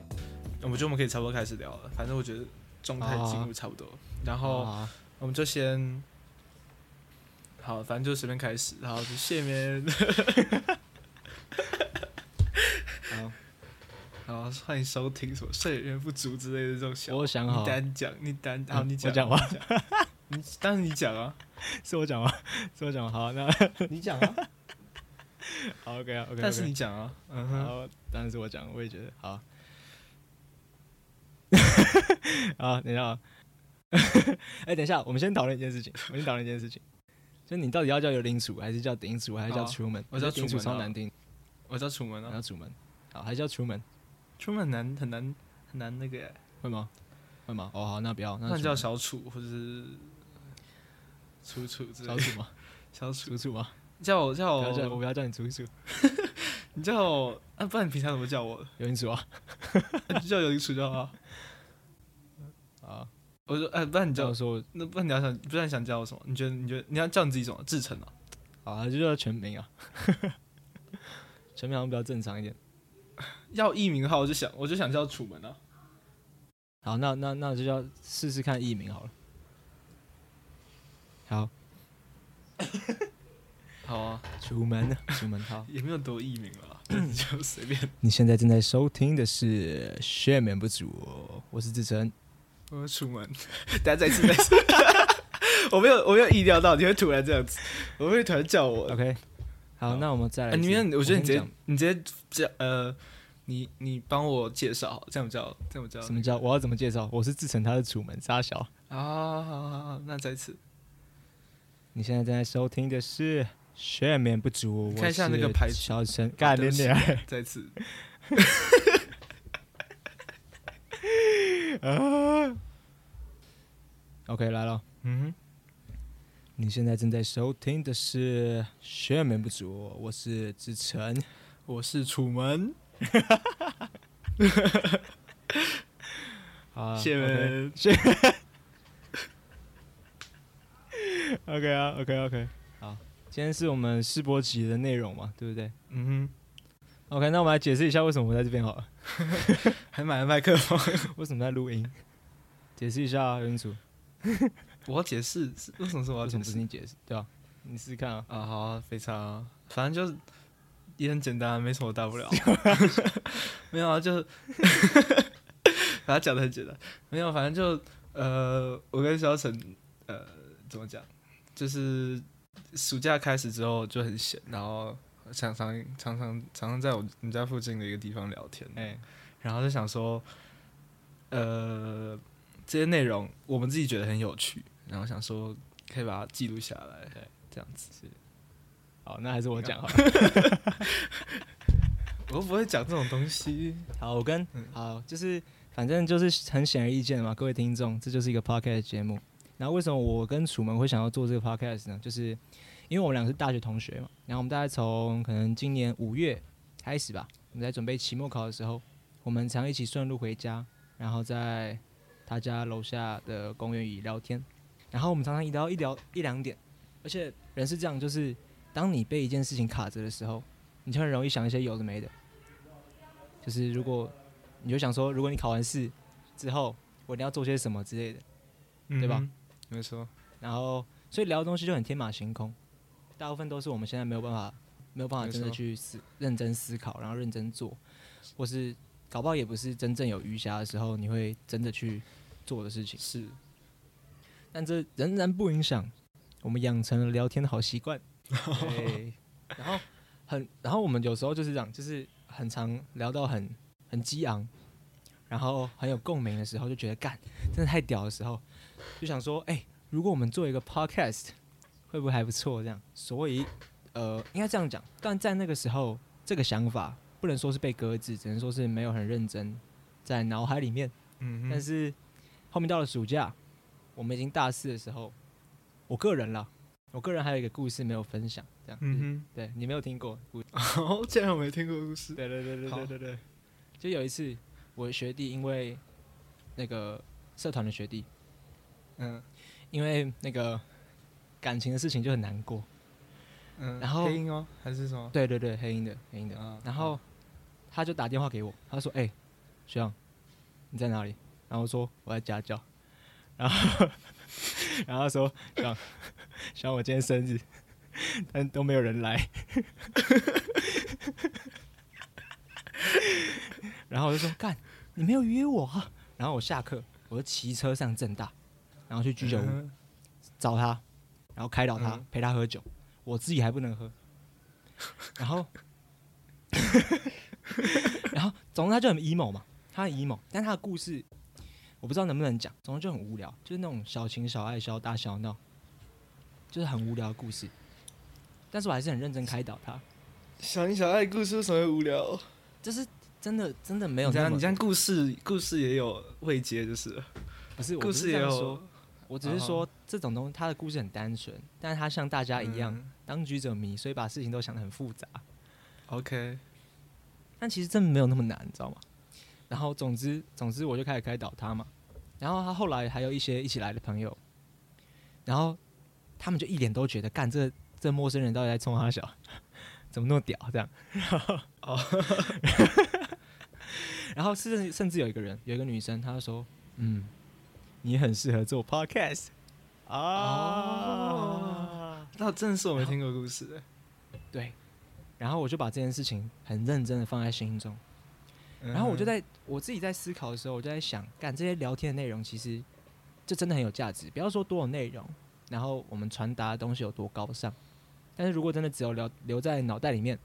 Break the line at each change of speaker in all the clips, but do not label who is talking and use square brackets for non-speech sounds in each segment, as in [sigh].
得我们可以差不多开始聊了，反正我觉得状态进入差不多，然后
啊
我们就先。好，反正就随便开始。好，就谢面。
[laughs] 好，
好，欢迎收听什么“睡人不足”之类的这种小。
我想
你
好，
单讲，你单好，
哦嗯
你
我讲完，
你当然你讲啊，
[laughs] 是我讲吗？ [laughs] 是我讲吗好，那
[laughs] 你讲啊，
[laughs] 好 OK 啊 OK，
但是你讲啊，嗯
然
哼，
后当然是我讲，我也觉得好。 [laughs] 啊，等一下啊， [laughs] 哎、等一下，我们先讨论一件
[laughs]
事情，我们先讨论一件事情，就是你到底要叫游领主，还是叫顶主，还是叫
好啊
出门？
我叫
觉得顶
楚
主
门
超
啊
难听，
我叫楚门
然
啊，
后主门，好，还是叫出门，
楚门很难很难很难那个耶，
会吗？会吗？哦，好，那不要，
那
那
你叫
楚
小楚或者是楚楚之类
门
的，
小楚吗？
小楚
楚楚吗？
叫我叫
不要叫，
我
我不要叫你楚楚，
你叫我啊，不然你平常怎么叫我？
有领主啊，
那就叫有理楚就好啊。
啊，
我说哎，不然你
你叫
叫
我说我，
那不然你要想，不然你想叫我什么？你觉得你觉得你要叫你自己什么？志成啊，
啊，就叫全名啊， [laughs] 全名好像比较正常一点。
要艺名的话，我就想我就想叫楚门啊。
好，那那那就要试试看艺名好了。好，
好啊，
楚门，楚门，
[laughs]
好，
也没有多艺名了啦，但是就随便。
[laughs] 你现在正在收听的是《睡眠不足》，我是志成。
我要出门，等下再一次再一
[laughs]
次，我没有我没有意料到你会突然这样子，我会突然叫我。
OK，好，
好
那我们再来
啊，
一次。
你看，我觉得你直接
跟讲
你直接叫呃，你你帮我介绍，这样比较这样比较
什么叫我要怎么介绍？我是志成，他是楚门，沙小。
啊？好好好好，那再一次
你现在正在收听的是《睡眠不足》，
看一下那个牌子啊
小陈，干你
对不起
娘！
再一次，
OK，来了。
嗯
你现在正在收听的是《睡眠不足》，我是志成。
哼，我是楚门，
好啊，
谢谢
OK
们。
OK [laughs] 啊，OK OK，好，今天是我们试播集的内容嘛，对不对
嗯
？OK，那我们来解释一下为什么我在这边好了， [laughs]
哼，还买了麦克风， [laughs]
为什么在录音？解释一下啊，原主，
我要解释是为什么是我要
为
解
什么不是
释
你解释？对吧、你试试看啊。
啊？好啊，非常啊，反正就是也很简单，没什么大不了。没有啊，就是 [laughs] 把它讲的很简单，没有，反正就呃，我跟萧晨呃怎么讲，就是暑假开始之后就很闲，然后常常常常常常在我们家附近的一个地方聊天，
哎、
然后就想说，呃，这些内容我们自己觉得很有趣，然后想说可以把它记录下来，这样子。
好，那还是我讲好了。
我又不会讲这种东西，
好，我跟好就是反正就是很显而易见嘛，各位听众，这就是一个 podcast 节目。然后为什么我跟楚门会想要做这个 podcast 呢？就是因为我们两个是大学同学嘛，然后我们大概从可能今年五月开始吧，我们在准备期末考的时候，我们常一起顺路回家，然后在他家楼下的公园里聊天，然后我们常常一聊一聊一两点，而且人是这样，就是当你被一件事情卡着的时候，你就很容易想一些有的没的，就是如果你就想说，如果你考完试之后，我一定要做些什么之类的，
对
吧？
嗯没错，
然后所以聊的东西就很天马行空，大部分都是我们现在没有办法没有办法
没
真的
错
去思认真思考，然后认真做，或是搞不好也不是真正有余暇的时候，你会真的去做的事情。
是
但这仍然不影响我们养成了聊天的好习
[laughs]
惯。对，然后很，然后我们有时候就是这样，就是很常聊到很很激昂，然后很有共鸣的时候，就觉得干真的太屌的时候，就想说，哎、如果我们做一个 podcast，会不会还不错？这样，所以呃，应该这样讲，但在那个时候，这个想法不能说是被搁置，只能说是没有很认真在脑海里面。
嗯哼，
但是后面到了暑假，我们已经大四的时候，我个人啦，我个人还有一个故事没有分享，这样，嗯，
嗯
对你没有听过故事，
哼，哦，竟然我没听过故事，
对对对对
好
对对对，就有一次我学弟因为那个社团的学弟，
嗯
因为那个感情的事情就很难过，
嗯，
然后
黑鹰哦，还是什么？
对对对，黑鹰的黑鹰的，
啊
然后他就打电话给我，他说：“哎、学长，你在哪里？然后我说我在家教， [laughs] 然后然后他说想想我今天生日， [laughs] 但都没有人来，然后我就说干，你没有约我啊！然后我下课，我就骑车上正大，然后去居酒屋、
嗯
找他，然后开导他，
嗯
陪他喝酒，我自己还不
[laughs]
能喝，然后， [laughs] 然后，总之他就很 emo 嘛，他很 emo，但他的故事我不知道能不能讲，总之就很无聊，就是那种小情小爱、小打小闹，就是很无聊的故事，但是我还是很认真开导他，
小情小爱故事为什么会无聊？
就是真的真的没有
你这
那
样，
么
你这样故事故事也有未接，就是了
不是我不
故
是
事
这
也
样说
有嗯
我只是说这种东西，他的故事很单纯，但是他像大家一样、
嗯
当局者迷，所以把事情都想得很复杂。
OK，
但其实真的没有那么难，你知道吗？然后总之总之我就开始开导他嘛，然后他后来还有一些一起来的朋友，然后他们就一脸都觉得干这这陌生人到底在冲他小， [laughs] 怎么那么屌这样？然
哦
后 [laughs] 然后甚至甚至有一个人有一个女生，她就说嗯，你很适合做 podcast 啊。
哦那真的是我没听过故事的。
对，然后我就把这件事情很认真的放在心中，
嗯
然后我就在我自己在思考的时候，我就在想，干这些聊天的内容其实就真的很有价值，不要说多有内容，然后我们传达的东西有多高尚，但是如果真的只有聊留在脑袋里面，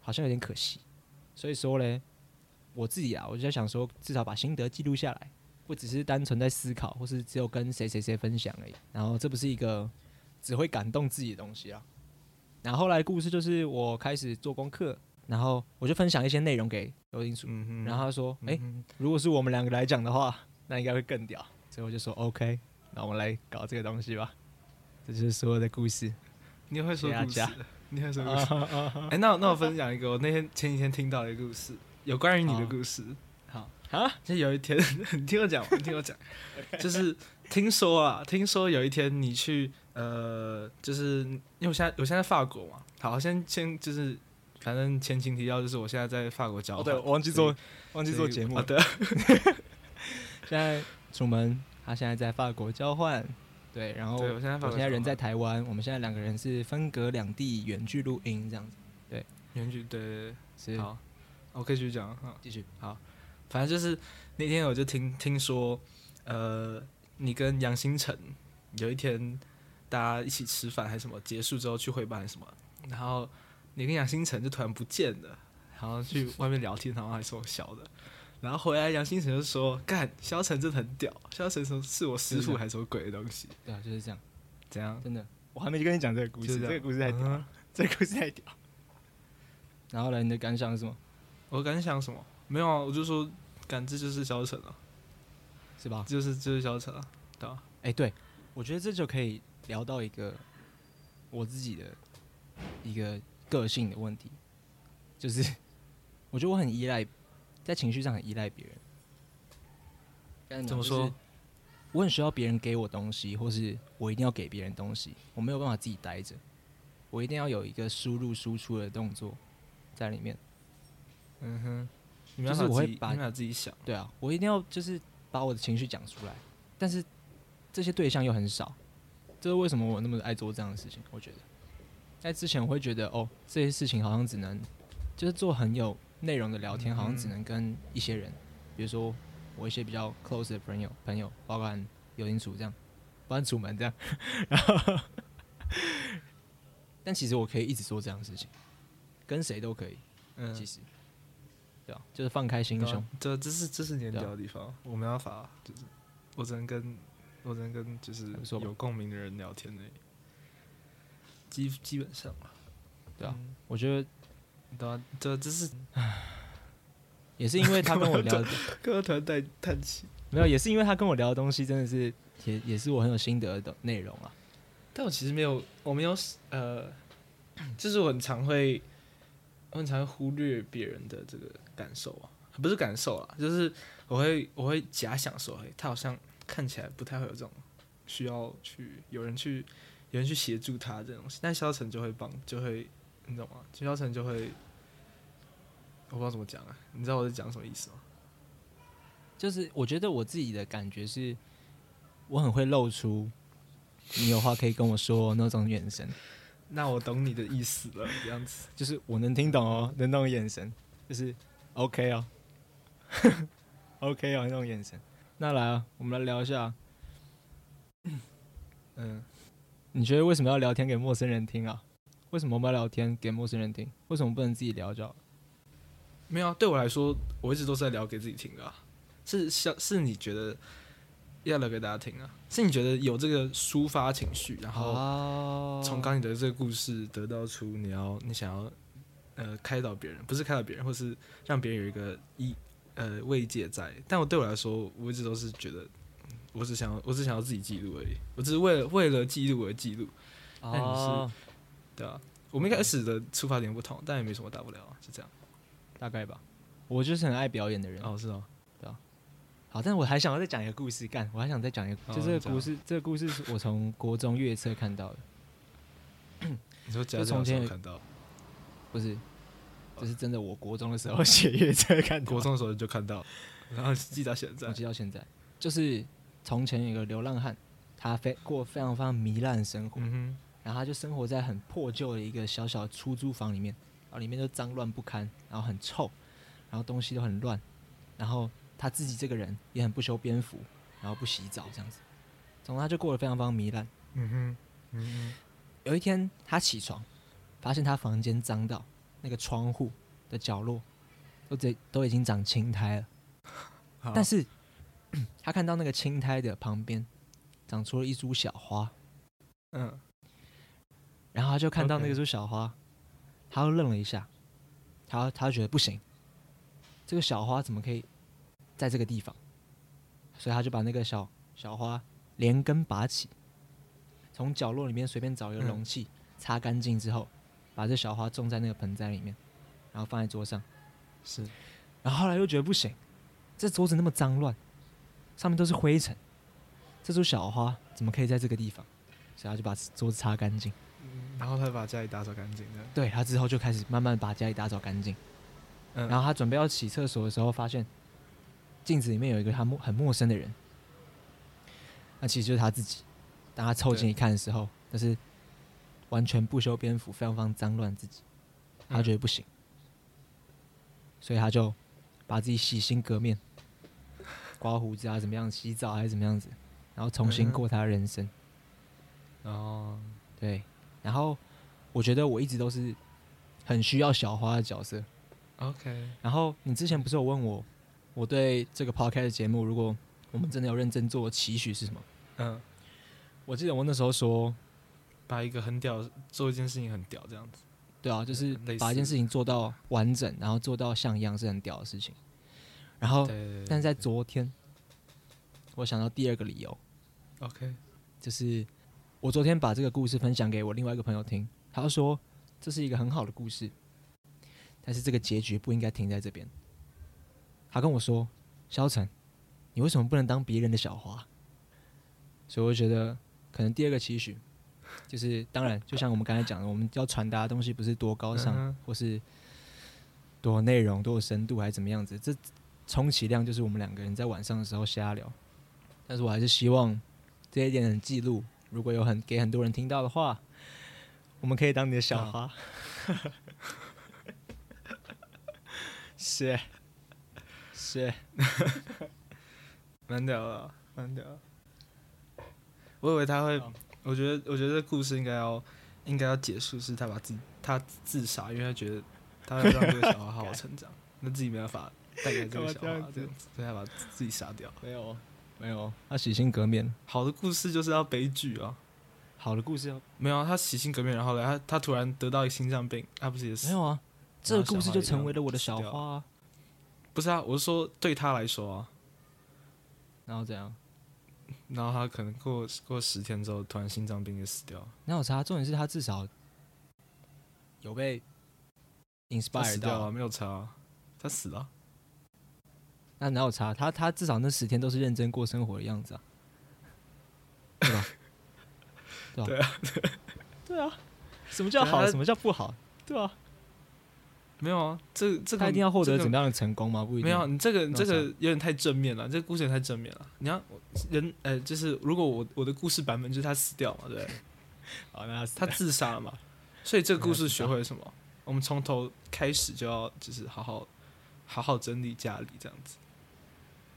好像有点可惜。所以说嘞，我自己啊，我就在想说，至少把心得记录下来，不只是单纯在思考，或是只有跟谁谁谁分享而已。然后这不是一个只会感动自己的东西啊。然后后来的故事就是我开始做功课，然后我就分享一些内容给刘金楚，
嗯哼，
然后他说：“
嗯
哎、
哼
如果是我们两个来讲的话，那应该会更屌。”所以我就说：“OK，那我们来搞这个东西吧。”这就是所有的故 [laughs] 事。
你也会说
谢谢
故事
大家
的，你也会说故事。
好
哎，那我那我分享一个我那天前几天听到的一个故事，有关于你的
好
故事。
啊，
就有一天， [laughs] 你听我讲完，你听我
[laughs]
讲，就是听说啊，听说有一天你去呃，就是因为我现在我现在在法国嘛，好，先先就是反正前情提要就是我现在在法国交
哦，
换，
对，我忘记
所以
做忘记做节目
啊，
了。
对，
[laughs] 现在楚门他现在在法国交换，对，然后
对我现在法国
我现在人
交
在
换
台湾，我们现在两个人是分隔两地远距录音这样子。
原剧对对对，
是，
好，我可以继续讲哈，
继续。
反正就是那天我就听听说，呃，你跟杨新成有一天大家一起吃饭还是什么，结束之后去会办还是什么，然后你跟杨新成就突然不见了，然后去外面聊天，然后还说我小的，然后回来杨新成就说：“干，萧晨真的很屌，萧晨说是我师
真
傅
的
还是什么鬼的东西？
对啊，就是这样，
怎样？
真的。嗯我还没跟你讲这个故
就
事，
是
这
样
个故事太屌，
嗯
这个故事太屌。然后呢，你的感想是什么？
我刚想什么？没有啊，我就说，感这就是萧晨啊，
是吧？
就是就是萧晨啊，对吧？
哎、对，我觉得这就可以聊到一个我自己的一个个性的问题，就是 [laughs] 我觉得我很依赖，在情绪上很依赖别人。该讲
怎么
就是
说？
我很需要别人给我东西，或是我一定要给别人东西，我没有办法自己待着，我一定要有一个输入输出的动作在里面。
嗯哼，你没
就
办
是
法
我会
自己，你
把
没办法自己想。”
对啊，我一定要就是把我的情绪讲出来，但是这些对象又很少，这是为什么我那么爱做这样的事情。我觉得，在之前我会觉得哦，这些事情好像只能就是做很有内容的聊
嗯
天，好像只能跟一些人，比如说我一些比较 close 的朋友朋友，包括友情组这样，包括楚门这样， [laughs] 然后， [laughs] 但其实我可以一直做这样的事情，跟谁都可以，
嗯，
其实，对啊，就是放开心
对啊
胸。
这这是这是你很
对啊
屌的地方，我没办法，就是我只能跟我只能跟就是
还不错吧
有共鸣的人聊天而已，基基本上吧。
对啊
嗯，
我觉得
对啊，这这
[laughs]
是
也是因为他跟我聊的，
刚刚突然带叹气，
没有，也是因为他跟我聊的东西真的是也也是我很有心得的内容啊。
但我其实没有，我没有呃，就是我很常会，我很常会忽略别人的这个感受啊，不是感受啊，就是我会我会假想说，哎，他好像看起来不太会有这种需要去有人去有人去协助他这种东西，但萧晨就会帮，就会你懂吗？就萧晨就会，我不知道怎么讲啊，你知道我在讲什么意思吗？
就是我觉得我自己的感觉是，我很会露出你有话可以跟我说那种眼神，
那我懂你的意思了，这样子。
就是我能听懂哦，的那种眼神，就是 OK 哦 [laughs] ，OK 哦那种眼神。那来啊，我们来聊一下，嗯，你觉得为什么要聊天给陌生人听啊？为什么我们要聊天给陌生人听？为什么不能自己聊就好了？
没有啊，对我来说，我一直都是在聊给自己听的、啊，是像是你觉得要聊给大家听啊，是你觉得有这个抒发情绪，然
哦
后
后
从刚你的这个故事得到出你要你想要呃开导别人，不是开导别人，或是让别人有一个一呃慰藉在。但我对我来说，我一直都是觉得，嗯我只想要我只想要自己记录而已，我只是为了为了记录而记录，
那
你是对啊。我们一开始的出发点不同，但也没什么大不了啊，就这样。
大概吧。我就是很爱表演的人。
哦，是哦，
好，但我还想要再讲一个故事，干，我还想再讲一个，
哦
就这个
你讲
故事，这个故事是我从国中阅册看到的，
你说家
就从
长
前
有
有
看到，
不是，这是真的，我国中的时候写阅册看到
哦 [laughs] 国，中的时候就看到，然后记到现在
我。记到现在，就是从前有个流浪汉，他非过非常非常糜烂的生活，
嗯
然后他就生活在很破旧的一个小小的出租房里面，然后里面就脏乱不堪，然后很臭，然后东西都很乱，然后他自己这个人也很不修边幅，然后不洗澡这样子，总之他就过得非常非常糜烂。
哼，嗯哼，嗯
有一天他起床，发现他房间脏到那个窗户的角落都直接都已经长青苔了，
哼。
但是 [clears throat] 他看到那个青苔的旁边长出了一株小花，
嗯，
然后他就看到
OK
那株小花他又愣了一下，他他就觉得不行，这个小花怎么可以在这个地方？所以他就把那个小小花连根拔起，从角落里面随便找一个
嗯
容器、擦干净之后，把这小花种在那个盆栽里面，然后放在桌上。
是
然后后来又觉得不行，这桌子那么脏乱，上面都是灰尘，这株小花怎么可以在这个地方？所以他就把桌子擦干净。
然后他把家里打扫干净的，
对他之后就开始慢慢把家里打扫干净。
嗯
然后他准备要洗厕所的时候，发现镜子里面有一个他陌很陌生的人，那其实就是他自己。当他凑近一看的时候，那是完全不修边幅、非常非常脏乱的自己。
嗯
他觉得不行，所以他就把自己洗心革面，刮胡子啊，怎么样，洗澡还是怎么样子，然后重新
嗯
过他的人生。
然后
对，然后我觉得我一直都是很需要小花的角色。
OK，
然后你之前不是有问我，我对这个 podcast 节目，如果我们真的有认真做，期许是什么？
嗯，
我记得我那时候说，
把一个很屌做一件事情很屌这样子，
对啊，就是
类似
把一件事情做到完整，然后做到像样，是很屌的事情。然后
对，对对
但是在昨天，我想到第二个理由，
OK，
就是我昨天把这个故事分享给我另外一个朋友听，他就说这是一个很好的故事，但是这个结局不应该停在这边。他跟我说：“萧晨，你为什么不能当别人的小花？”所以我觉得，可能第二个期许就是，当然，就像我们刚才讲的，我们要传达的东西不是多高尚，
嗯哼
或是多有内容、多有深度，还是怎么样子，这充其量就是我们两个人在晚上的时候瞎聊。但是我还是希望这一点的记录，如果有很给很多人听到的话，我们可以当你的小花。 [laughs] 是是，
蛮屌的啊，蛮屌的。我以为他会
好，
我觉得我觉得故事应该要应该要结束，是他把自己他自杀，因为他觉得他要让这个小孩好好成 [laughs] 长，那自己没办法带给这个小孩
干嘛
这
这样
样子，所以他把自己杀掉。
没有没有，啊他洗心革面。
好的故事就是要悲剧啊。
好的故事哦要
没有啊，他洗心革面，然后嘞，他他突然得到一个心脏病，他不是也
没
是？
有啊？这个故事就成为了我的
小花一样死
小
掉
花、啊。
不是啊，我是说对他来说啊，
然后怎样？
然后他可能过过十天之后，突然心脏病就死掉了，
哪有差？重点是他至少有被
他
inspire
死掉
到
了，
啊。
没有差、啊，他死了啊。
那哪有差？他他至少那十天都是认真过生活的样子啊，对 [laughs] 吧？对吧？对啊，对啊。什么叫
对啊
好？
他
什么叫不好？对啊。
没有啊，这这个
他一定要获得
这个
怎么样的啊成功吗？不一定。
没有，你啊这个你
那
这个
啥
有点太正面了，这个故事也太正面了。你要人呃，就是如果我我的故事版本就是他死掉嘛，对不对，
好，那
他自杀了嘛，所以这个故事
那是
学
他
会了什么？我们从头开始就要就是好好好好整理家里这样子，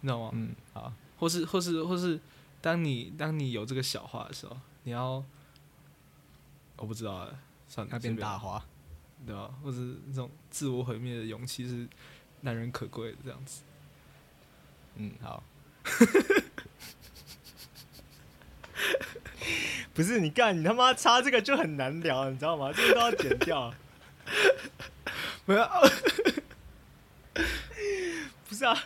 你知道吗？
嗯，好，
或是或是或是，当你当你有这个小话的时候，你要我不知道啊，算了，
那
随
变
便
大花。
对吧、或者那种自我毁灭的勇气是难人可贵的这样子。
嗯，好。 [laughs] 不是你干，你他妈插这个就很难聊，你知道吗？这个都要剪掉。 [laughs]
没有，
不是啊， [laughs]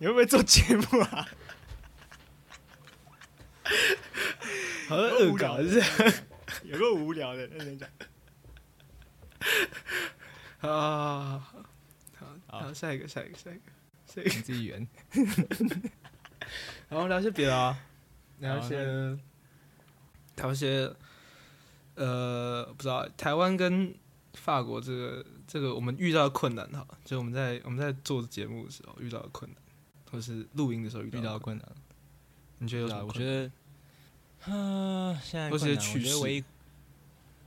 你会不会做节目啊？
好像恶搞是。
有个无聊的，认真讲。
啊，好，
好
好，下一个，下一个，下一个，下一个，
自己圆。
然后聊些别的
[laughs]
啊，聊一
好
些，聊一些，呃，不知道台湾跟法国这个这个我们遇到的困难哈，就我们在我们在做节目的时候遇到的困难，或是录音的时候遇到
遇
的
到
困
困难，
难，你觉得有
对
什
啊，
么
我
困
觉
难？
得，啊，现在
或是一些
困难，我
趣
觉得
事
唯一，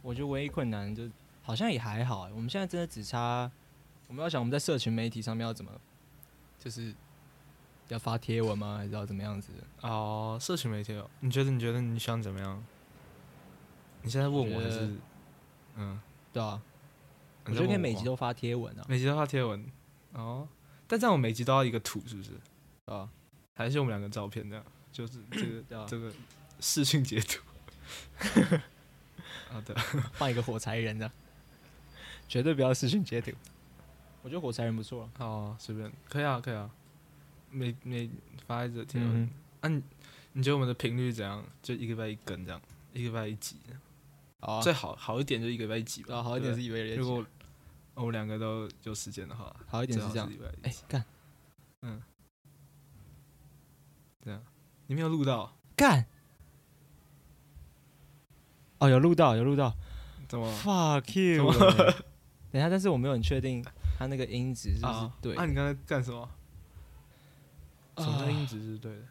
我觉得唯一困难就好像也还好欸。我们现在真的只差，我们要想我们在社群媒体上面要怎么，就是要发贴文吗？还是要怎么样子的？
哦，社群媒体哦，你觉得你觉得你想怎么样？你现在问我
我
还
觉得
是嗯？
对啊，我
你
觉
在
得可以
问
每
我
集
吗
都发贴文
[laughs]
啊。
每集都发贴文哦，但这样我每集都要一个图，是不是？
啊，
还是我们两个照片这样？就是这个
对啊
这个视讯截图。 [laughs] 啊对，
换一个火柴人的，绝对不要私讯截图。我觉得火柴人不错啊。
哦，随便，可以啊，可以啊。每每发一则贴文、
嗯
啊你，你觉得我们的频率怎样？就一个礼拜一根这样，一个礼拜一集，
哼，好啊，
最好好一点就一个礼拜一集吧。
啊好一点
对
是以为
不对
人
如果我们两个都有时间的话，
好一
一
点是这样
一。个礼拜一
哎
集，
干
你没有录到，
干！哦，有录到，有录到。
怎
[laughs]
么？
Fuck
怎
you！
么
欸等一下，但是我没有很确定它那个音质是不是
啊，
对
那、啊、。你刚才干什么？什么叫
啊
音质是对的？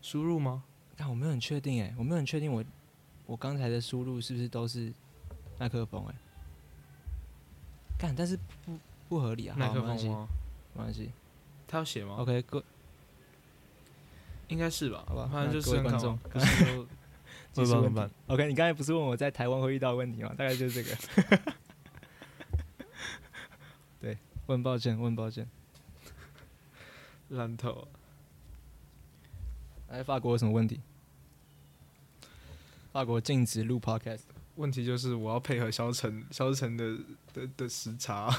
输入吗？
但我没有很确定哎，我没有很确定我我刚才的输入是不是都是麦克风哎。干，但是不不合理啊。
麦
好，没
克
关
风
系，没
吗？哦
关系。
他要写吗
OK，各
应该是吧。
好吧
反正
那
就是
各位
看
观
看嘛
众
不是都
技
怎
术
么
问题
办。
OK，你刚才不是问我在台湾会遇到的问题吗？大概就是这个。
[laughs]
对，问抱歉，问抱歉。
烂透了。 [laughs]
哎，法国有什么问题？法国禁止录 Podcast。
问题就是我要配合消沉消沉的的的时差。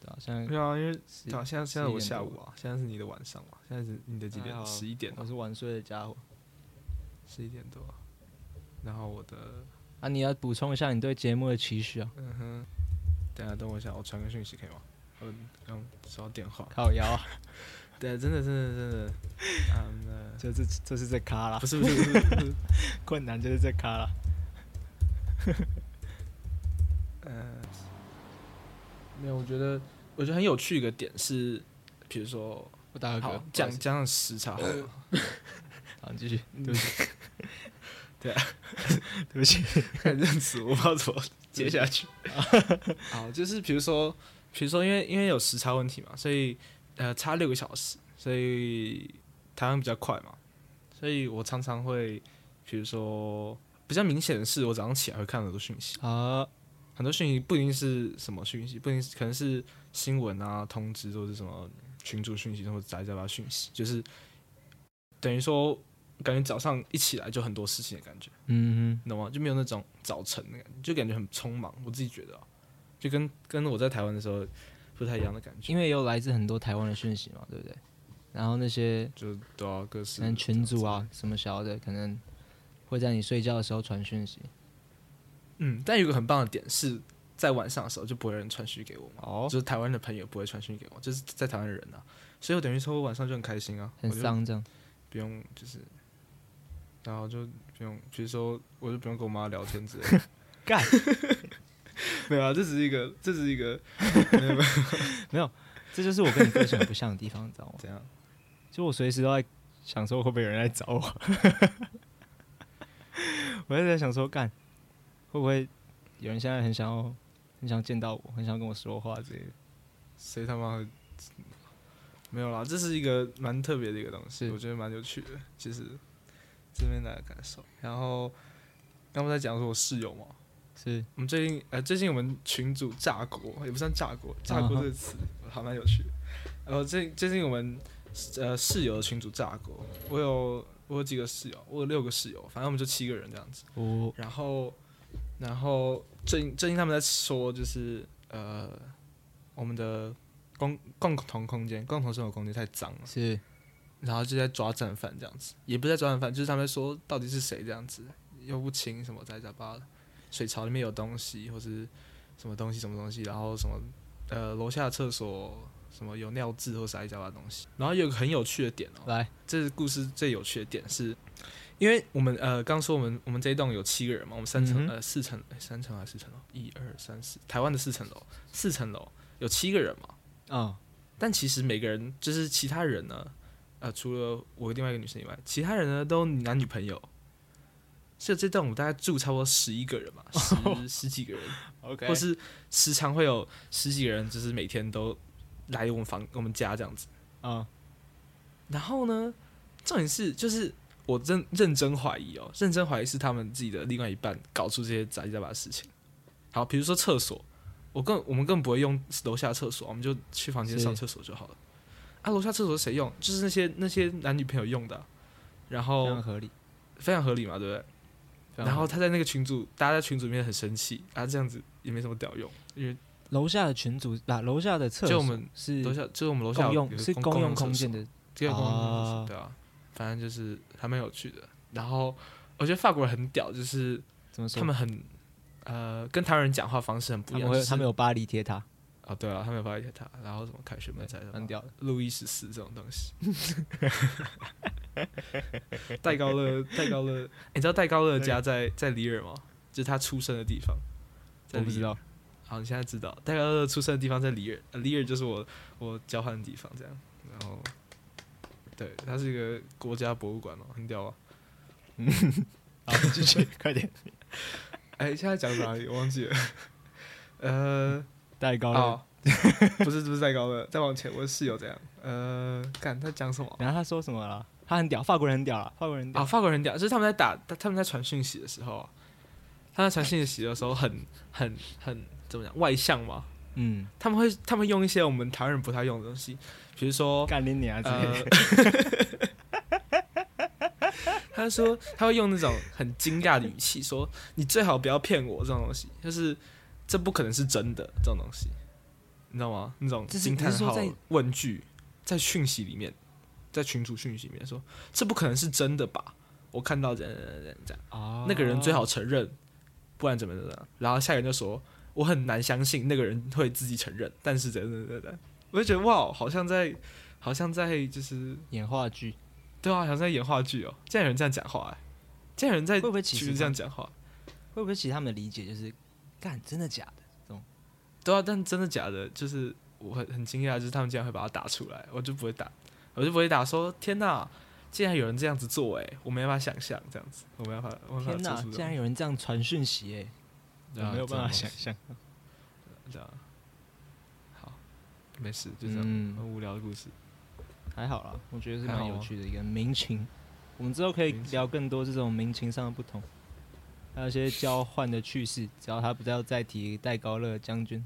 对啊，现
[laughs]
在
对啊，因为
是
啊，现在现在我
11点
下
多
午啊，现在是你的晚上嘛，现在是你的几
还好
点？十一点
我
啊，
是晚睡的家伙
十一点多。啊然后我的，
啊！你要补充一下你对节目的期许啊，
嗯哼，等一下等我一下，我传个讯息可以吗？我刚收到电话。
靠腰啊，
对，真的，真的，真的，嗯，呃
[laughs] 就是就是这咖
[laughs]
啦
不，是，不是，不是， [laughs] 不是
困难就是这咖啦。
呃，没有，我觉得，我觉得很有趣一个点是，比如说，
我打个
好
嗝，
讲
不好意思
讲
嗯
讲时差好了，
好，你继续，
嗯
对不 [laughs] 起，
对，
啊 [laughs] 对不起， [laughs]
很认识，我不知道怎么接下去。 [laughs] 好，就是比如说，比如说，因为因为有时差问题嘛，所以呃差六个小时，所以台湾比较快嘛，所以我常常会，比如说比较明显的是，我早上起来会看很多讯息。
好，
很多讯息不一定是什么讯息，不一定是可能是新闻啊、通知或是什么群主讯息或者杂七杂八讯息，就是等于说感觉早上一起来就很多事情的感觉，
嗯
你懂吗？就没有那种早晨的感觉，就感觉很匆忙。我自己觉得、啊，就跟跟我在台湾的时候不太一样的感
哼，
觉，
因为有来自很多台湾的讯息嘛，对不对？然后那些
就对啊，各式
可能群主啊什么小的，可能会在你睡觉的时候传讯息。
嗯，但有一个很棒的点是在晚上的时候就不会有人传讯息给我嘛，
哦，
就是台湾的朋友不会传讯息给我，就是在台湾的人啊，所以我等于说我晚上就很开心啊，
很
我就
丧这样，
不用
[laughs]
就是，然后就不用，比如说我就不用跟我妈聊天之类的，
干，
[laughs] 没有啊，这只是一个，这只是一
[laughs]
个
这就是我跟你个性很不像的地方，你知道吗？
怎样？
就我随时都在想说会不会有人来找我，我一直在想说干会不会有人现在很想要很想见到我，很想跟我说话之类的。
谁他妈会？没有啦，这是一个蛮特别的一个东西，
是
我觉得蛮有趣的。其实这边大家感受，然后刚不是在讲说我室友嘛，
是
我们最近呃最近我们群主炸锅，也不算炸锅，炸锅
嗯哼
这个词还蛮有趣的。然后最最近我们呃室友的群主炸锅，我有我有几个室友，我有六个室友，反正我们就七个人这样子。
我
然后，然后最近最近他们在说，就是呃，我们的共共同空间、共同生活空间太脏了，
是
然后就在抓战犯这样子，也不是在抓战犯，就是他们在说到底是谁这样子，又不清什么在家巴水槽里面有东西，或是什么东西什么东西，然后什么呃楼下厕所什么有尿渍或是爱家巴的东西，然后有一个很有趣的点哦，
来
这是故事最有趣的点是，因为我们呃刚说我们我们这一栋有七个人嘛，我们三层、
嗯哼
呃四层诶三层还是四层楼？哦一二三四，台湾的四层楼，四层楼有七个人嘛，
啊、
但其实每个人就是其他人呢，呃除了我另外一个女生以外，其他人呢都男女朋友。所以这栋我们大概住差不多十一个人
[laughs]
吧，十十几个人，
o k
或是时常会有十几个人，就是每天都来我们房我们家这样子。
啊、
然后呢，重点是就是我真认真怀疑哦，认真怀疑是他们自己的另外一半搞出这些杂七杂八的事情。好，比如说厕所，我更我们更不会用楼下厕所，我们就去房间
是
上厕所就好了。啊，楼下厕所是谁用？就是那些那些男女朋友用的啊、然
非常
后
合理。
非常合理嘛，对不对？
非常
然后
合理
他在那个群组，大家在群组里面很生气啊，这样子也没什么屌用，因为
楼下的群主啊，楼下的厕所
就我们
是
楼下就是我们楼下
共
有有
用
个
是
公
公用
厕
空
所
间的
第二个公共厕所
啊
对啊，反正就是还蛮有趣的。然后我觉得法国人很屌，就是
怎么说？
他们很呃跟台湾人讲话方式很不
他
一样
们。会
就是
他们有巴黎铁塔，
哦，对啊，他们有巴黎铁塔，然后什么凯旋门在
蛮屌的。
路易十四这种东
[laughs]
西。 [laughs] 戴高乐，戴高乐，你知道戴高乐家在在里尔吗？就是他出生的地方。在
我不知
里尔。
道
好，你现在知道戴高乐出生的地方在里尔，呃里尔就是我我交换的地方，这样。然后，对，它是一个国家博物馆哦，很屌啊！
好，继 [laughs] 续快点。
哎，现在讲哪里？我忘记了。 [laughs] 呃，
戴高乐，
哦，不是不是戴高乐，再往前，我的室友这样。呃，看他讲什么？
然后他说什么了？他很屌，法国人很屌了，法国人很屌。
啊，法国人屌，就是他们在打，他他们在传讯息的时候啊，他们在传讯息的时候很很很怎么讲外向嘛，
嗯，
他们会他们用一些我们台湾人不太用的东西，比如说
干你娘啊之类
呃
的。， [laughs]
他说他会用那种很惊讶的语气说：“你最好不要骗我。”这种东西就是这不可能是真的这种东西，你知道吗？那种
这是
惊叹
你是说
号
在
问句在讯息里面，在群主讯息里面说：“这不可能是真的吧？”我看到人人人人这样，
啊
哦那个人最好承认，不然怎么怎么样。然后下一个人就说：“我很难相信那个人会自己承认，但是怎样怎样怎样怎样。”我就觉得哇，好像在，好像在就是
演话剧，
对啊，好像在演话剧哦。竟然有人这样讲话、哎！竟然有人在
会不会其
其
实
实这样讲话？
会不会其实他们的理解就是干真的假的？
对啊，但真的假的？就是我很很惊讶，就是他们竟然会把它打出来，我就不会打，我就不会打说天哪，竟然有人这样子做、哎，我没办法想象这样子，我没办法，我没办
天
法做出这
竟然
种
有人这样传讯息哎、
对啊
我没有办法想
这种
象。
东西对啊。好，没事，就这样，
嗯
很无聊的故事。
还好啦，我觉得是
还
蛮
好
有
吗
趣的一个民情。我们之后可以
民情
聊更多这种民情上的不同，还有一些交换的趣事。只要他不要再提戴高乐将军，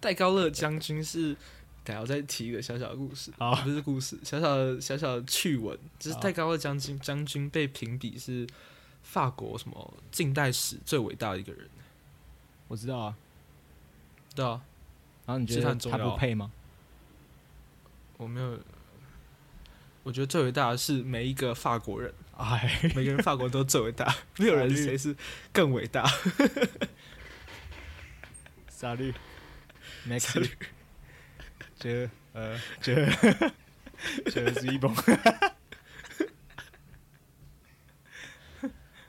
戴高乐将军是，等一下我再提一个小小的故事，
好
不是故事，小小的小小的趣闻，就是
好
戴高乐将军将军被评比是法国什么近代史最伟大的一个人，
我知道啊。
对啊，
然后你觉
是他
得
很重
他
要啊
不配吗？
我没有，我觉得最伟大的是每一个法国人， [laughs]
哎，
每个人法国人都最伟大，没有人谁是更伟大，
傻绿，Max，觉呃觉 [laughs] 觉是一崩。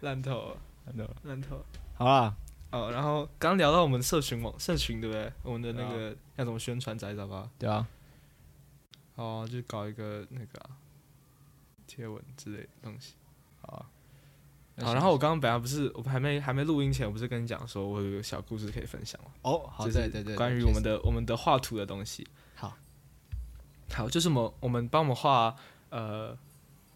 烂透了。
烂透了。
烂透了。
好啦，
哦，然后刚聊到我们社群网社群对不对？我们的那个要怎么宣传宅杂吧？
对啊，
哦，就搞一个那个啊贴、文之类的东西。
好啊。那
好，
行
然后我刚刚本来不是，我还没还没录音前，我不是跟你讲说我有个小故事可以分享吗？
哦，好，
就是
对对对，
关于
确
我们
实
的我们的画图的东西。
好，
好，就是我们我们帮我们画呃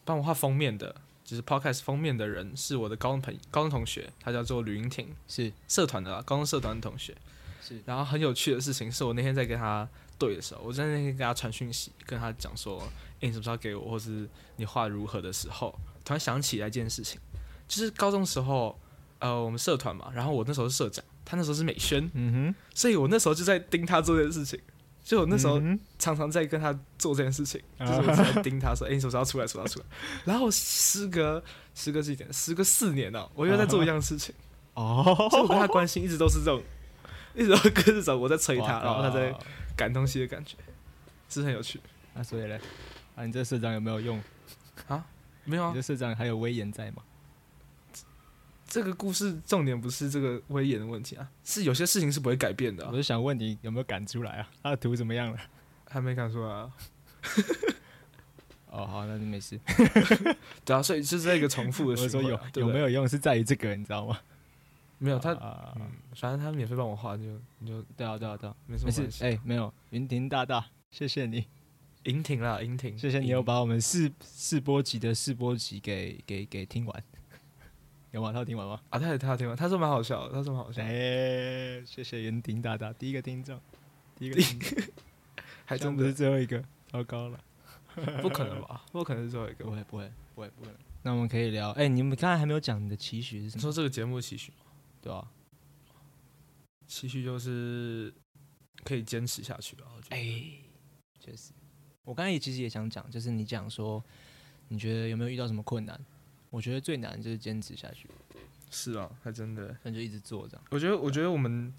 帮我画封面的，就是 podcast 封面的人是我的高中朋高中同学，他叫做吕英婷，
是
社团的啦，啊高中社团的同学。
是
然后很有趣的事情是我那天在跟他对的时候，我在那天跟他传讯息，跟他讲说，诶，你什么时候给我，或是你画如何的时候，突然想起来一件事情，就是高中时候，呃，我们社团嘛，然后我那时候是社长，他那时候是美宣，
嗯
所以我那时候就在盯他做这件事情，就我
哼，
那时候
嗯
常常在跟他做这件事情，
啊
就是我只在盯他说，诶，你什么时候要出来，什么时候要出来，然后时隔时隔几年，时隔四年了、我又在做一样事情。
哼 [laughs] 哦，
所以我跟他关心一直都是这种， [laughs] 一直都是这种我在催他，
哇
然后他在赶东西的感觉，是不是很有趣
那所以嘞，啊，你这社长有没有用？
啊。没有
你
啊
这，社长还有威严在吗？
这个故事重点不是这个威严的问题啊，是有些事情是不会改变的啊、
我是想问你有没有赶出来啊？他的图怎么样了？
还没敢说啊，
哦，好，那就没事。
对啊，所以就是在一个重复
我
的
是
循
说
环
有
啊、对
有
不对
没有用是在于这个，你知道吗？
没有他，
啊
嗯，反正他免费帮我画，就你就
对啊，对啊，对啊，
没什
没
么
事
关。系。
哎，没有，云婷大大，谢谢你，
银婷啦，银婷，
谢谢你又
赢
把我们试试播集的试播集给给给听完，有吗？他有听完吗？
啊，他也他有听完，他说蛮好笑的，他说蛮好笑的，
哎，谢谢云婷大大，第一个听众，第一个听众，
还
这
真
样不
不
是
是
最后一个， [laughs] 糟糕了。
不可能吧？不可能是最后一个
不 [laughs]
吧。
会不会不会不会。那我们可以聊，哎、你们刚才还没有讲你的期许是
你
什么？
说这个节目的期许吗
对啊，
期许就是可以坚持下去吧。我觉得，
哎、确实，我刚才也其实也想讲，就是你讲说，你觉得有没有遇到什么困难？我觉得最难就是坚持下去，
是啊，还真的。
那就一直做这样。
我觉得，我觉得我们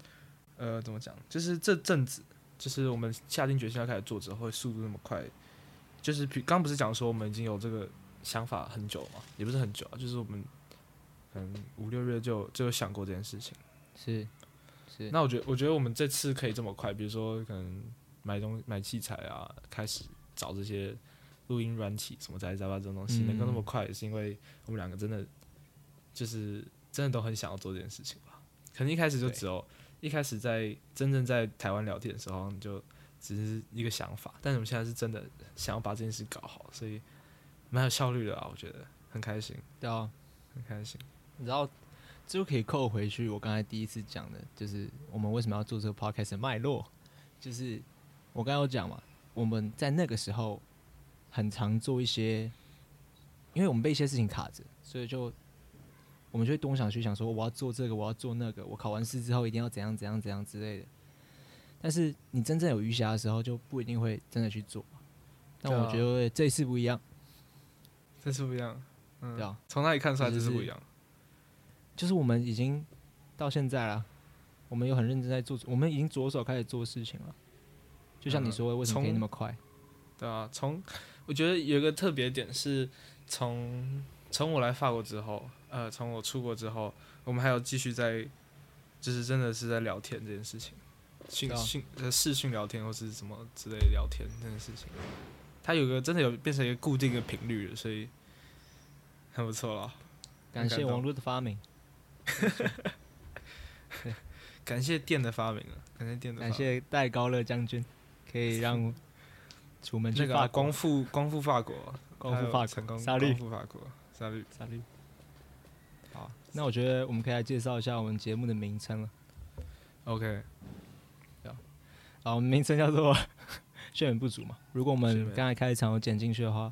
呃，怎么讲，就是这阵子，就是我们下定决心要开始做之后，会速度那么快，就是比刚不是讲说我们已经有这个想法很久嘛，也不是很久啊，就是我们可能五六月就就有想过这件事情。
是是，
那我觉得，我觉得我们这次可以这么快，比如说可能买东买器材啊，开始找这些录音软体什么杂七杂八这种东西，
嗯
能够那么快，也是因为我们两个真的就是真的都很想要做这件事情吧。可能一开始就
对
只有一开始在真正在台湾聊天的时候，你就只是一个想法，但是我们现在是真的想要把这件事搞好，所以蛮有效率的啊，我觉得很开心，
对啊，
很开心。
然后就可以扣回去我刚才第一次讲的，就是我们为什么要做这个 podcast 的脉络，就是我刚才有讲嘛，我们在那个时候很常做一些，因为我们被一些事情卡着，所以就我们就会东想西想说我要做这个，我要做那个，我考完试之后一定要怎样怎样怎样之类的。但是你真正有余暇的时候，就不一定会真的去做。但我
对啊
觉得这一次不一样，
这次不一样，嗯，
对啊，
从哪里看出来这次
就是
不一样？
就是我们已经到现在了，我们有很认真在做，我们已经着手开始做事情了。就像你说，的，为什么可以
从
那么快？
对啊，从我觉得有一个特别点是从从我来法国之后，呃，从我出国之后，我们还有继续在，就是真的是在聊天这件事情，
对
讯
啊
讯呃视讯聊天或是什么之类的聊天这件事情，它有个真的有变成一个固定的频率了，所以很不错了。
感
很
谢
感动
网络的发明，
感谢电的发明啊，感谢电的发
感
明，
谢戴高乐将军，可以让楚门去
那个啊、
法
光
国
复光复法国，
[laughs] 光
还
复
有
法
成
国，
功
沙
光
律。
复法国，沙律
沙律。
好
那我觉得我们可以来介绍一下我们节目的名称了。嗯
，OK，
啊，我们名称叫做 [laughs] “睡眠不足”嘛。如果我
睡
们
眠
刚才开场有剪进去的话，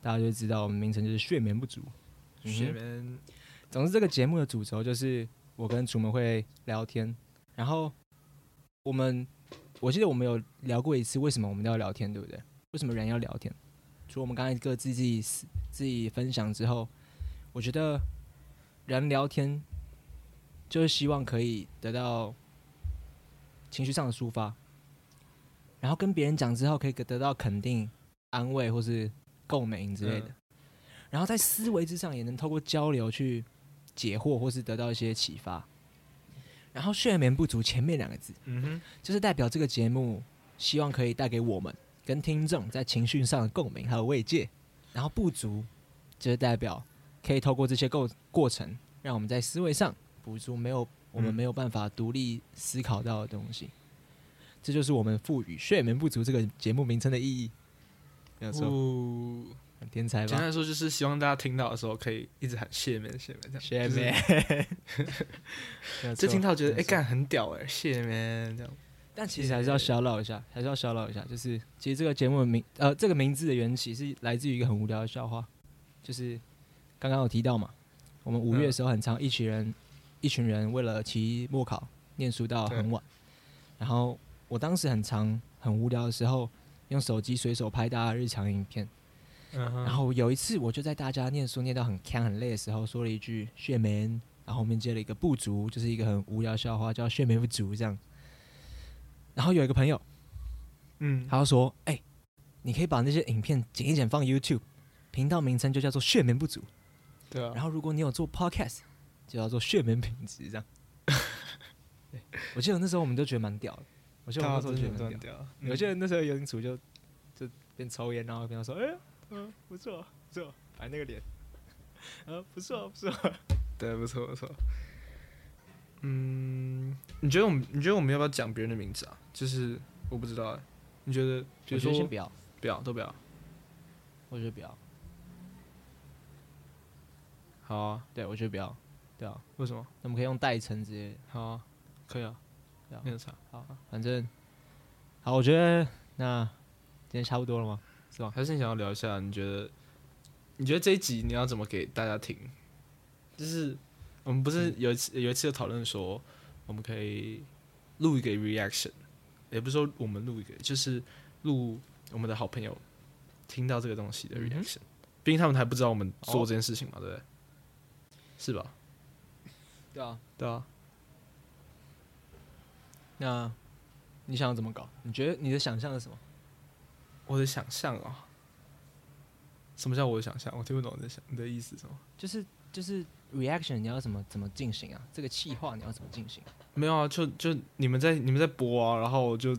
大家就会知道我们名称就是“睡眠不足”。嗯哼
学员
总之，这个节目的主轴就是我跟楚门会聊天，然后我们，我记得我们有聊过一次，为什么我们要聊天，对不对？为什么人要聊天？除了我们刚才各自自己私自己分享之后，我觉得人聊天就是希望可以得到情绪上的抒发，然后跟别人讲之后可以得到肯定、安慰或是共鸣之类的。
嗯
然后在思维之上也能透过交流去解惑，或是得到一些启发。然后睡眠不足前面两个字，
嗯哼，
就是代表这个节目希望可以带给我们跟听众在情绪上的共鸣还有慰藉。然后不足，就是代表可以透过这些过过程，让我们在思维上补足没有我们
嗯
没有办法独立思考到的东西。这就是我们赋予“睡眠不足”这个节目名称的意义。没有错，
哦，
很天才
简单
吧？
来说就是希望大家听到的时候可以一直喊谢面谢面这样。[laughs]
学
就是
妹，
就听到觉得哎
没错
干、很屌哎、谢面这样。
但其实还是要小老一下，还是要小老一下。就是其实这个节目的名呃，这个名字的缘起是来自于一个很无聊的笑话，就是刚刚有提到嘛，我们五月的时候很常一群人、一群人为了期末考念书到很晚，然后我当时很常很无聊的时候，用手机随手拍大家日常影片，
嗯哼，
然后有一次我就在大家念书念到很干很累的时候，说了一句“血眠”，然后后面接了一个“不足”，就是一个很无聊的笑话，叫“血眠不足”这样。然后有一个朋友，
嗯，
他就说：“哎、你可以把那些影片剪一剪放 YouTube，频道名称就叫做‘睡眠不足
对”。啊，
然后如果你有做 Podcast，就叫做‘睡眠品质’这样。对我记得那时候我们都觉得蛮屌的，我记得我
大
那
家
时候
真
觉
的
得蛮
断
屌的。
掉。
我记得那时候尤金楚就就边抽烟，然后边说：“哎、嗯，不错不错，摆那个脸，
啊
呃，不错不错。
对，不错不错。嗯，你觉得我们你觉得我们要不要讲别人的名字啊？就是我不知道哎、你觉得”比
我
如
觉得
说
先不要，
不要都不要，
我觉得不要，
好啊，
对我觉得不要，对啊，
为什么？
那我们可以用代称之类的，
好啊，可以啊
对啊，
没有差。
反正好，我觉得那今天差不多了吗？
还是你想要聊一下？你觉得你觉得这一集你要怎么给大家听？就是我们不
嗯
是有一次、有一次有讨论说，我们可以录一个 reaction，也不是说我们录一个，就是录我们的好朋友听到这个东西的
嗯哼
reaction，毕、竟他们还不知道我们做
哦
这件事情嘛，对不对？是吧？
对啊，
对啊，
那你想要怎么搞？你觉得你的想象是什么？
我的想象哦，什么叫我的想象？我听不懂你的想你的意思是什么？
就是就是 reaction，你要怎么怎么进行啊？这个气化你要怎么进行？
没有啊，就就你们在你们在播啊，然后我就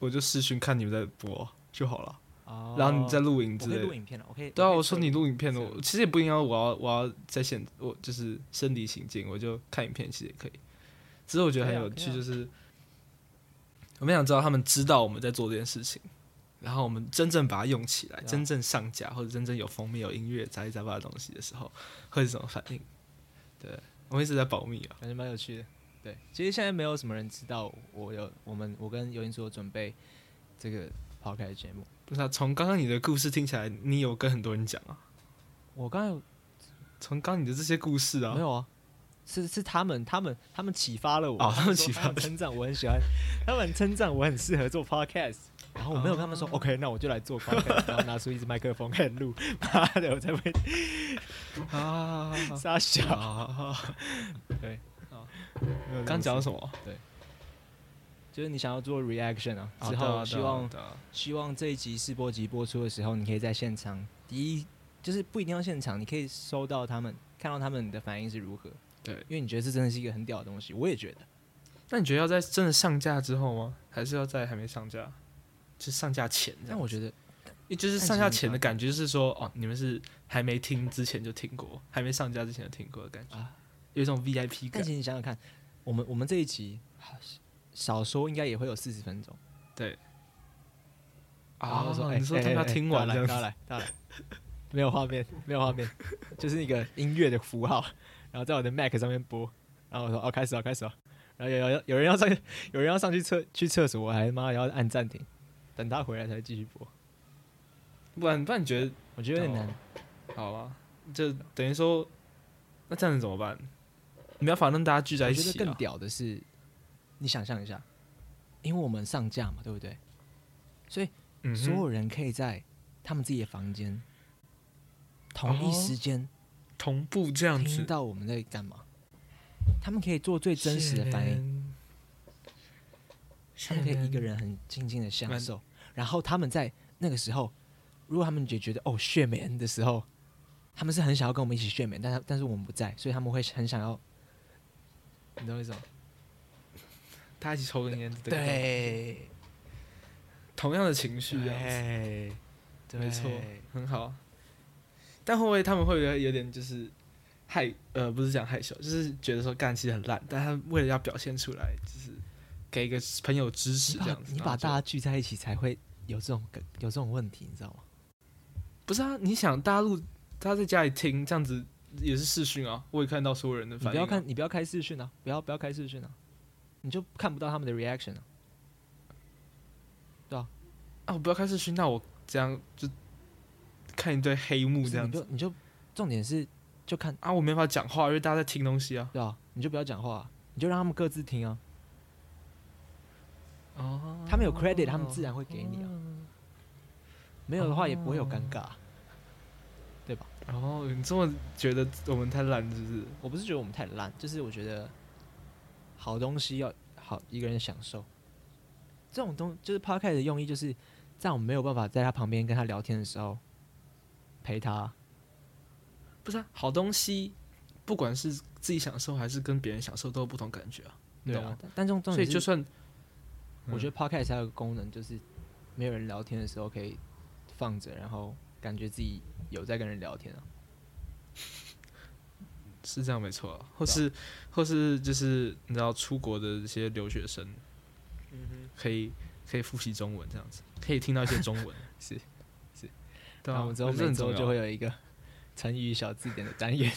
我就视讯看你们在播就好了，
哦
然后你在录影
我
之
可以
类
录
的。
影片了，我可以。
对啊，
可以
我说你录影片的，
这样
我其实也不应该，我要我要在线，我就是身临其境，我就看影片，其实也可以。只是我觉得很
可以啊
有
可
趣，
以啊
就是我们想知道他们知道我们在做这件事情，然后我们真正把它用起来，
对啊
真正上架或者真正有封面、有音乐、杂七杂八的东西的时候，会是什么反应？对，我们一直在保密啊。
感觉蛮有趣的。对，其实现在没有什么人知道我有我们我跟尤英所准备这个抛开的节目。
不是啊，从刚刚你的故事听起来，你有跟很多人讲啊。
我刚才有
从刚你的这些故事啊，
没有啊，是是他们他们他们启发了我，
哦他们
说
启发
他们称赞我很喜欢，他们称赞我很适合做 podcast。然后我没有跟他
哦
们说、OK，那我就
[laughs]
来做 podcast，然后拿出一支麦克风开始录。妈的，我才不会
啊，
傻笑。
啊，
对，
刚刚讲了什么？
就是你想要做 reaction 啊，
啊对啊对
之后
啊
希望
对啊
希望这一集试播集播出的时候，你可以在现场，第一就是不一定要现场，你可以收到他们，看到他们的反应是如何，
对。
因为你觉得这真的是一个很屌的东西，我也觉得。
那你觉得要在真的上架之后吗？还是要在还没上架，就是上架前这
但
样？
我觉得
也就是上架前的感觉，就是说哦，你们是还没听之前就听过，还没上架之前就听过的感觉
啊，
有一种 VIP
但
感
其。实你想想看，我们我们这一集少说应该也会有四十分钟然
啊
后说，哎，
你说
哎
他们要
哎哎
听完
大
这
家
样
来，
子
大家来，大家来， [laughs] 没有画面，没有画面， [laughs] 就是一个音乐的符号， [laughs] 然后在我的 Mac 上面播，然后我说哦，开始了，开始了，然后有有有人要上，去， [laughs] 有人要上去厕去厕所，我还妈要按暂停，等他回来才继续播，
不然不然你觉得
我觉得有点
哦
难，
好啊，就等于说，那这样子怎么办？没办法让大家聚在
我
一
觉得
起、
更
啊。
屌的是，你想象一下，因为我们上架嘛，对不对？所以
嗯
所
哼，
有人可以在他们自己的房间同一
哦
时间
同步这样
听
子，
到我们在干嘛，他们可以做最真实的反应，
应。
他们可以一个人很静静的享受，然后他们在那个时候，如果他们也觉得哦血眠的时候，他们是很想要跟我们一起炫美，但他但是我们不在，所以他们会很想要，你懂我意思吗？
大家一起抽根烟，这个感觉，
对，
同样的情绪这样子，
对，对
没错很好。但会不会他们会不会有点就是害呃不是讲害羞，就是觉得说干其实很烂，但他为了要表现出来，就是给一个朋友支持
你
这
把
样子。
你
然
把
后就
大家聚在一起才会有这种梗有这种问题，你知道吗？
不是啊？你想大陆他在家里听这样子也是视讯啊，我也看到所有人的
你
反
不
应、
要看，，你不要开视讯啊，不要不要开视讯啊，你就看不到他们的 reaction 啊。
啊，我不要看视讯，那我这样就看一堆黑幕
不
这
是你
样
不
子
要你就重点是就看
啊，我没法讲话，因为大家在听东西啊。
对吧、你就不要讲话啊、你就让他们各自听啊。
哦，
他们有 credit，他们自然会给你啊。没有的话也不会有尴尬啊、
然后哦你这么觉得我们太烂，是不是？
我不是觉得我们太烂，就是我觉得好东西要好一个人享受。这种东就是 podcast 的用意，就是在我们没有办法在他旁边跟他聊天的时候，陪他。
不是啊，好东西，不管是自己享受还是跟别人享受，都有不同感觉啊，你
对
懂
啊
吗？，
但但这种重
所以
点，
就是算
我觉得 podcast 还有个功能，就是没有人聊天的时候可以放着，然后感觉自己有在跟人聊天啊。
是这样没错啊，或
对啊
是或是就是你知道出国的这些留学生，嗯可以可以复习中文这样子，可以听到一些中 [laughs] 文，
是是，
对
那
啊，
我们之后
这
每
很
周
重要
就会有一个成语小字典的单元。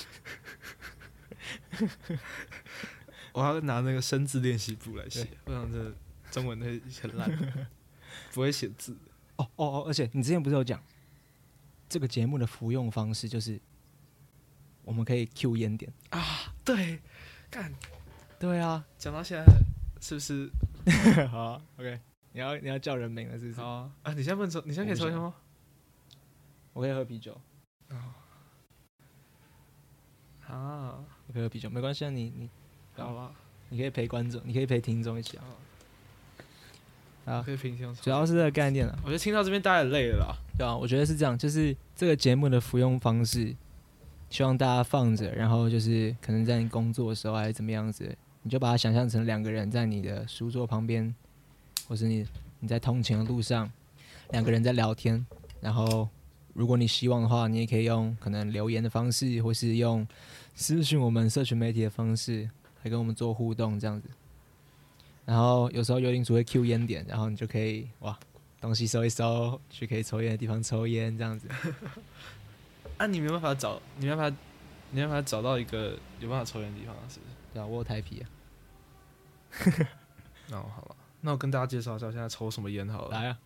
我要拿那个生字练习簿来写，不然这中文会很烂， [laughs] 不会写字。
[laughs] 哦哦哦，而且你之前不是有讲，这个节目的服用方式就是我们可以 Q 烟点。
对，干
对啊，
讲到现在是不是？
[laughs] 好啊，OK，你要你要叫人名了是不是？
好啊，啊你现在不能抽，你现在可以抽烟吗？
我可以喝啤酒，
啊，
我可以喝啤酒，没关系啊，你你
好啊吧，
你可以陪观众，你可以陪听众一起啊。
我
啊
可以平胸抽。
主要是这个概念啊，
我觉得听到这边大家也累了啦。
对啊，我觉得是这样，就是这个节目的服用方式，希望大家放着，然后就是可能在你工作的时候还是怎么样子，你就把它想象成两个人在你的书桌旁边，或是你你在通勤的路上，两个人在聊天，然后如果你希望的话，你也可以用可能留言的方式，或是用私讯我们社群媒体的方式来跟我们做互动这样子。然后有时候幽灵组会 Q 烟点，然后你就可以哇，东西收一收，去可以抽烟的地方抽烟这 [laughs] 样子。
啊，你没办法找，你没办法，你没办法找到一个有办法抽烟的地方啊，是不是？
对啊，我有台皮啊，
那哦我好了，那我跟大家介绍一下我现在抽什么烟好了，
来啊，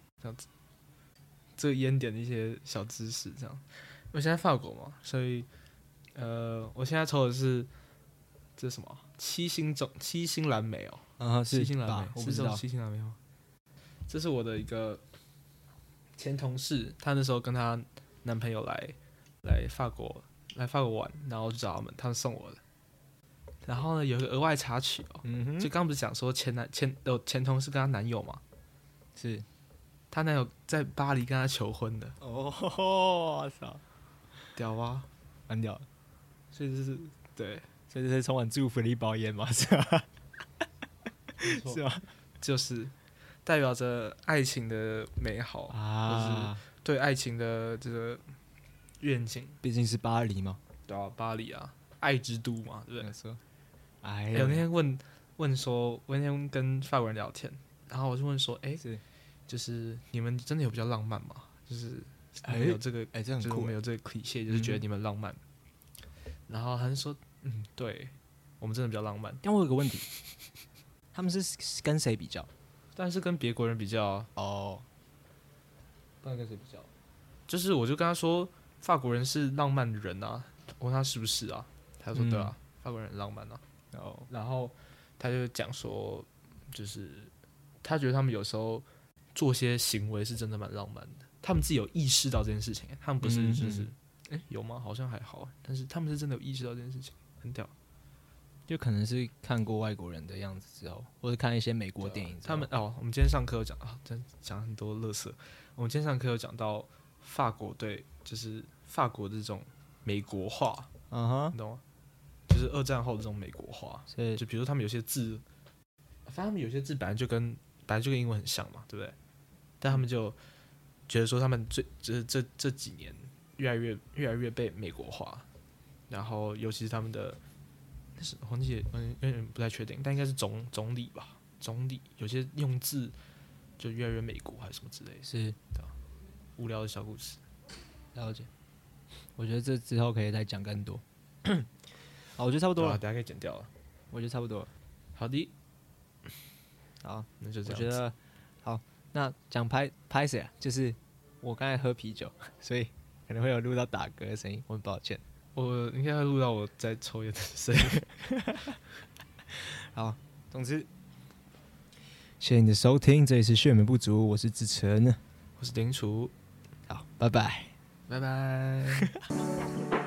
这个烟点的一些小知识这样。我现在法国嘛，所以呃，我现在抽的是这是什么啊七星种七星蓝莓哦，
嗯哼，
七
是
星蓝莓
吧？，我
是
不知
这种
道，
七星蓝莓吗？这是我的一个前同事，她那时候跟她男朋友来来法国来法国玩，然后我去找他们，他们送我的。然后呢，有一个额外插曲哦，
嗯哼
就刚不是讲说前男前呃前同事跟她男友嘛，
是
她男友在巴黎跟她求婚的，
哦，我操，
屌啊！
蛮屌的，
所以就是对，
所以这是充满祝福的一包烟嘛，是吧？是吧？
就是代表着爱情的美好，
啊，
对爱情的这个愿景。
毕竟是巴黎嘛，
对啊，巴黎啊，爱之都嘛，对不对？
没错。
哎我那
哎呀，
天问问说，我那天跟法国人聊天，然后我就问说，哎、
是
就是你们真的有比较浪漫吗？就是你
哎
们有这个，
哎，这很
就是我
酷
们，有这个 cliché，就是觉得
嗯
你们浪漫。然后他就说，嗯，对，我们真的比较浪漫，
但我有个问题，他们是跟谁比较？
但是跟别国人比较，
哦，
不然跟谁比较？就是我就跟他说，法国人是浪漫的人啊，我问他是不是啊？他说
嗯
对啊，法国人很浪漫啊。
哦，
然后他就讲说，就是他觉得他们有时候做些行为是真的蛮浪漫的，他们自己有意识到这件事情，他们不是
嗯
就是，哎、
嗯
有吗？好像还好，啊但是他们是真的有意识到这件事情，很屌。
就可能是看过外国人的样子之后，或者看一些美国电影之
他
后，
们哦，我们今天上课有讲啊，真讲很多乐色。我们今天上课有讲到法国对，就是法国的这种美国化，
嗯哼，
你懂吗？就是二战后的这种美国化，
所以
就比如说他们有些字，反正他们有些字本来就跟本来就跟英文很像嘛，对不对？但他们就觉得说他们最这这这几年越来越越来越被美国化，然后尤其是他们的那是黄记，嗯，有点不太确定，但应该是总总理吧，总理有些用字就越来越美国还是什么之类的，
是
无聊的小故事。
了解。我觉得这之后可以再讲更 [coughs] 多。好，我觉得差不多
对啊，
了，
大家可以剪掉了。
我觉得差不多了。
好的，
好，
那就这
我
样
觉
子。
得好。那讲拍拍谁啊？就是我刚才喝啤酒， [laughs] 所以可能会有录到打嗝的声音，我很抱歉。
我应该会录到我在抽烟的声音。
总之，谢谢你的收听，这里是睡眠不足，我是志成。
我是林楚，
好，拜拜。
拜拜。